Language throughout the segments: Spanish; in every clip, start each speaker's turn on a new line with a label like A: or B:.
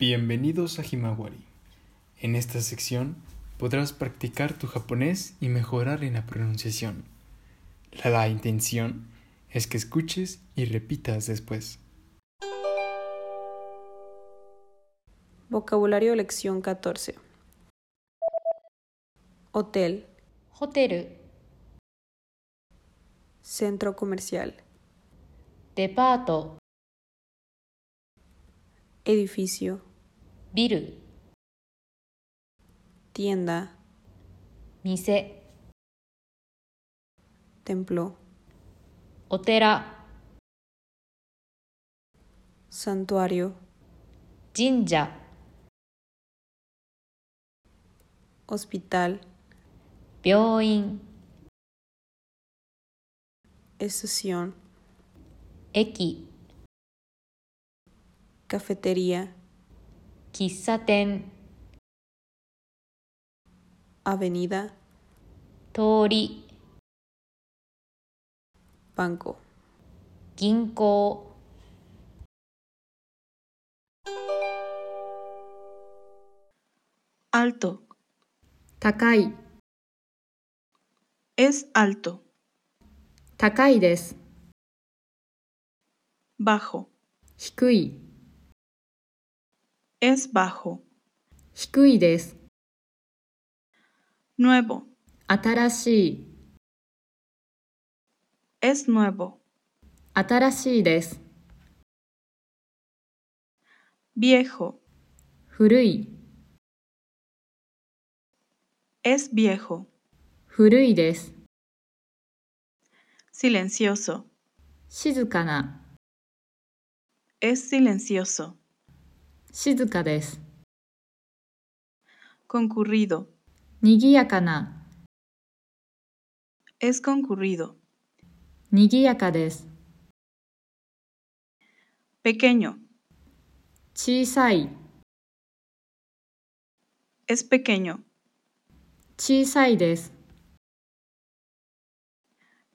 A: Bienvenidos a Himawari. En esta sección podrás practicar tu japonés y mejorar en la pronunciación. La, la intención es que escuches y repitas después.
B: Vocabulario lección 14. Hotel,
C: ホテル、
B: centro comercial,
C: デパート、
B: edificio,
C: ビル、
B: tienda,
C: 店、
B: templo,
C: お寺、
B: santuario,
C: 神社、
B: hospital,
C: 病院、
B: estación,
C: 駅、
B: cafetería,
C: 喫茶店、
B: avenida,
C: 通り、
B: banco.
C: 銀行。
D: Alto.
E: 高い、
D: Es alto.
E: 高いです。
D: Bajo.
E: 低い、
D: Es bajo.
E: 低いです。
D: Nuevo.
E: 新しい、
D: Es nuevo.
E: 新しいです。
D: Viejo.
E: 古い、
D: Es viejo.
E: 古いです。
D: Silencioso.
E: 静かな、
D: Es silencioso.
E: 静かです。
D: Concurrido.
E: 賑やかな、
D: Es concurrido.
E: 賑やかです。
D: Pequeño.
E: 小さい、
D: Es pequeño.
E: 小さいです。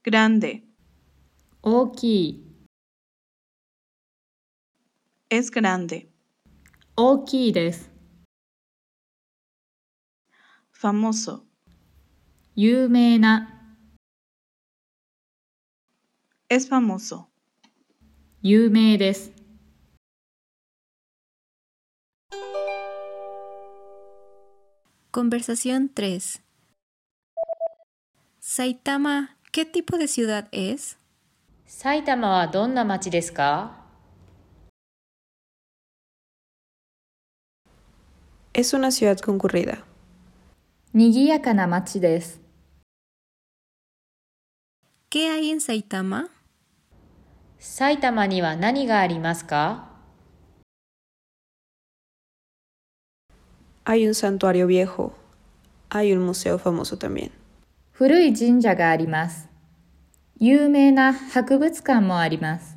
D: Grande.
E: 大きい、
D: Es grande.
E: 大きいです。
D: Famoso.
E: 有名な、
D: Es famoso.
E: 有名です。
F: Conversación 3. Saitama, ¿qué tipo de ciudad es?
C: 埼玉はどんな町ですか
B: Es una ciudad concurrida,
E: 賑やかな街です。
F: ¿Qué hay en Saitama?
C: 埼玉には何がありますか
B: hay un santuario viejo, hay un museo famoso también.
E: 古い神社があります。有名な博物館もあります。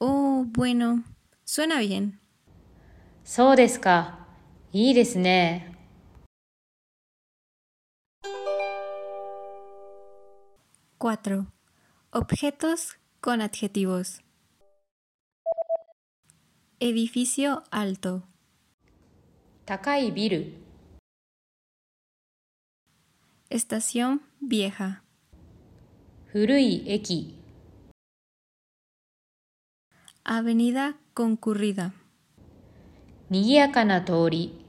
F: Oh, bueno, suena bien.
C: そうですか。いいですね。
F: 4. Objetos con adjetivos. Edificio alto,
C: 高いビル、
F: estación vieja,
C: 古い駅、
F: avenida concurrida,
C: 賑やかな通り、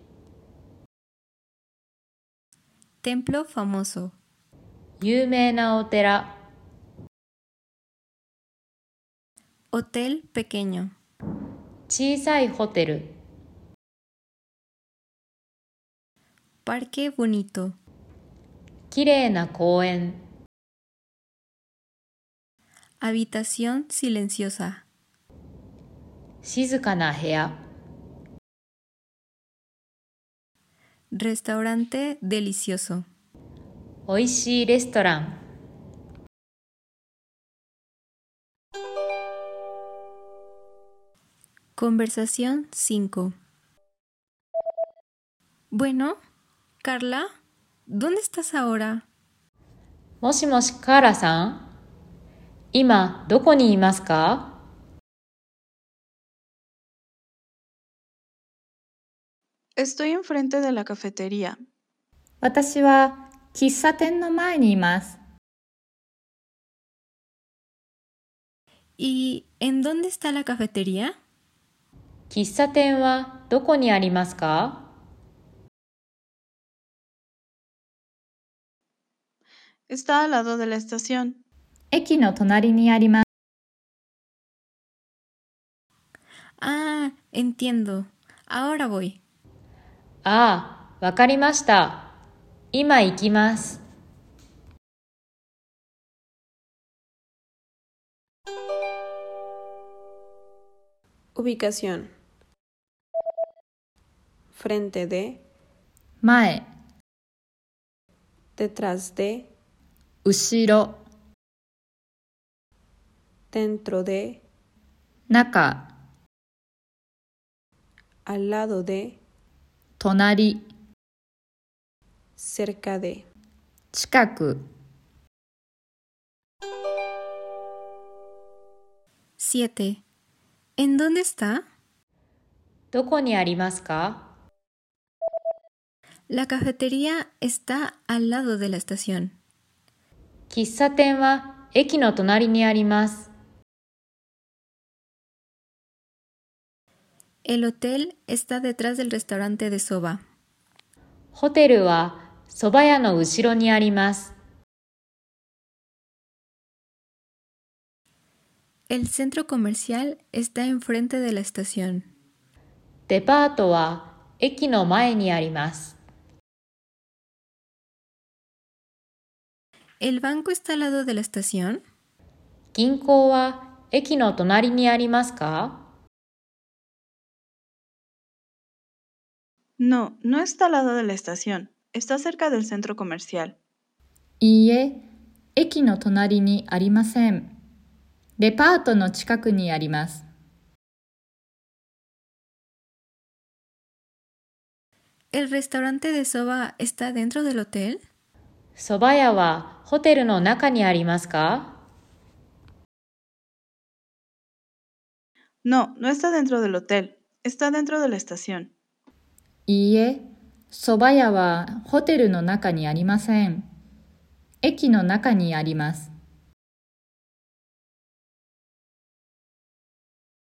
F: templo famoso,
C: 有名なお寺、
F: hotel pequeño,
C: 小さいホテル、
F: parque bonito,
C: 綺麗な公園、
F: habitación silenciosa,
C: 静かな部屋、
F: restaurante delicioso.
C: おいしいレストラン、
F: Conversación 5. Bueno, Carla, ¿dónde estás ahora?
C: もしもしカーラさん今どこにいますか
D: Estoy enfrente de la cafetería.
E: 私は喫茶店の前にいます。
F: ¿Y en dónde está la cafetería?
C: 喫茶店はどこにありますか
D: Está al lado de la estación.
E: 駅の隣にあります。
F: Ah, entiendo. Ahora voy.
C: ああ、わかりました。今行きます。
B: Ubicación. Frente de,
E: 前、
B: detrás de,
E: 後ろ、
B: dentro de,
E: 中、
B: al lado de,
E: 隣、
B: cerca de.
E: 近く、
F: 7. ¿En dónde está?
C: どこにありますか
F: La cafetería está al lado de la estación.
C: 喫茶店は駅の隣にあります。
F: El hotel está detrás del restaurante de soba.
C: ホテルは蕎麦屋の後ろにあります。
F: El centro comercial está enfrente de la estación.
C: デパートは駅の前にあります。
F: El banco está al lado de la estación.
C: 銀行は駅の隣にありますか
D: No, no está al lado de la estación. Está cerca del centro comercial.
E: いいえ、駅の隣にありません。デパートの近くにあります。
F: El restaurante de soba está dentro del hotel.
C: 蕎麦屋はホテルの中にありますか
D: No, no está dentro del hotel. Está dentro de la estación.
E: いいえ、蕎麦屋はホテルの中にありません。駅の中にあります。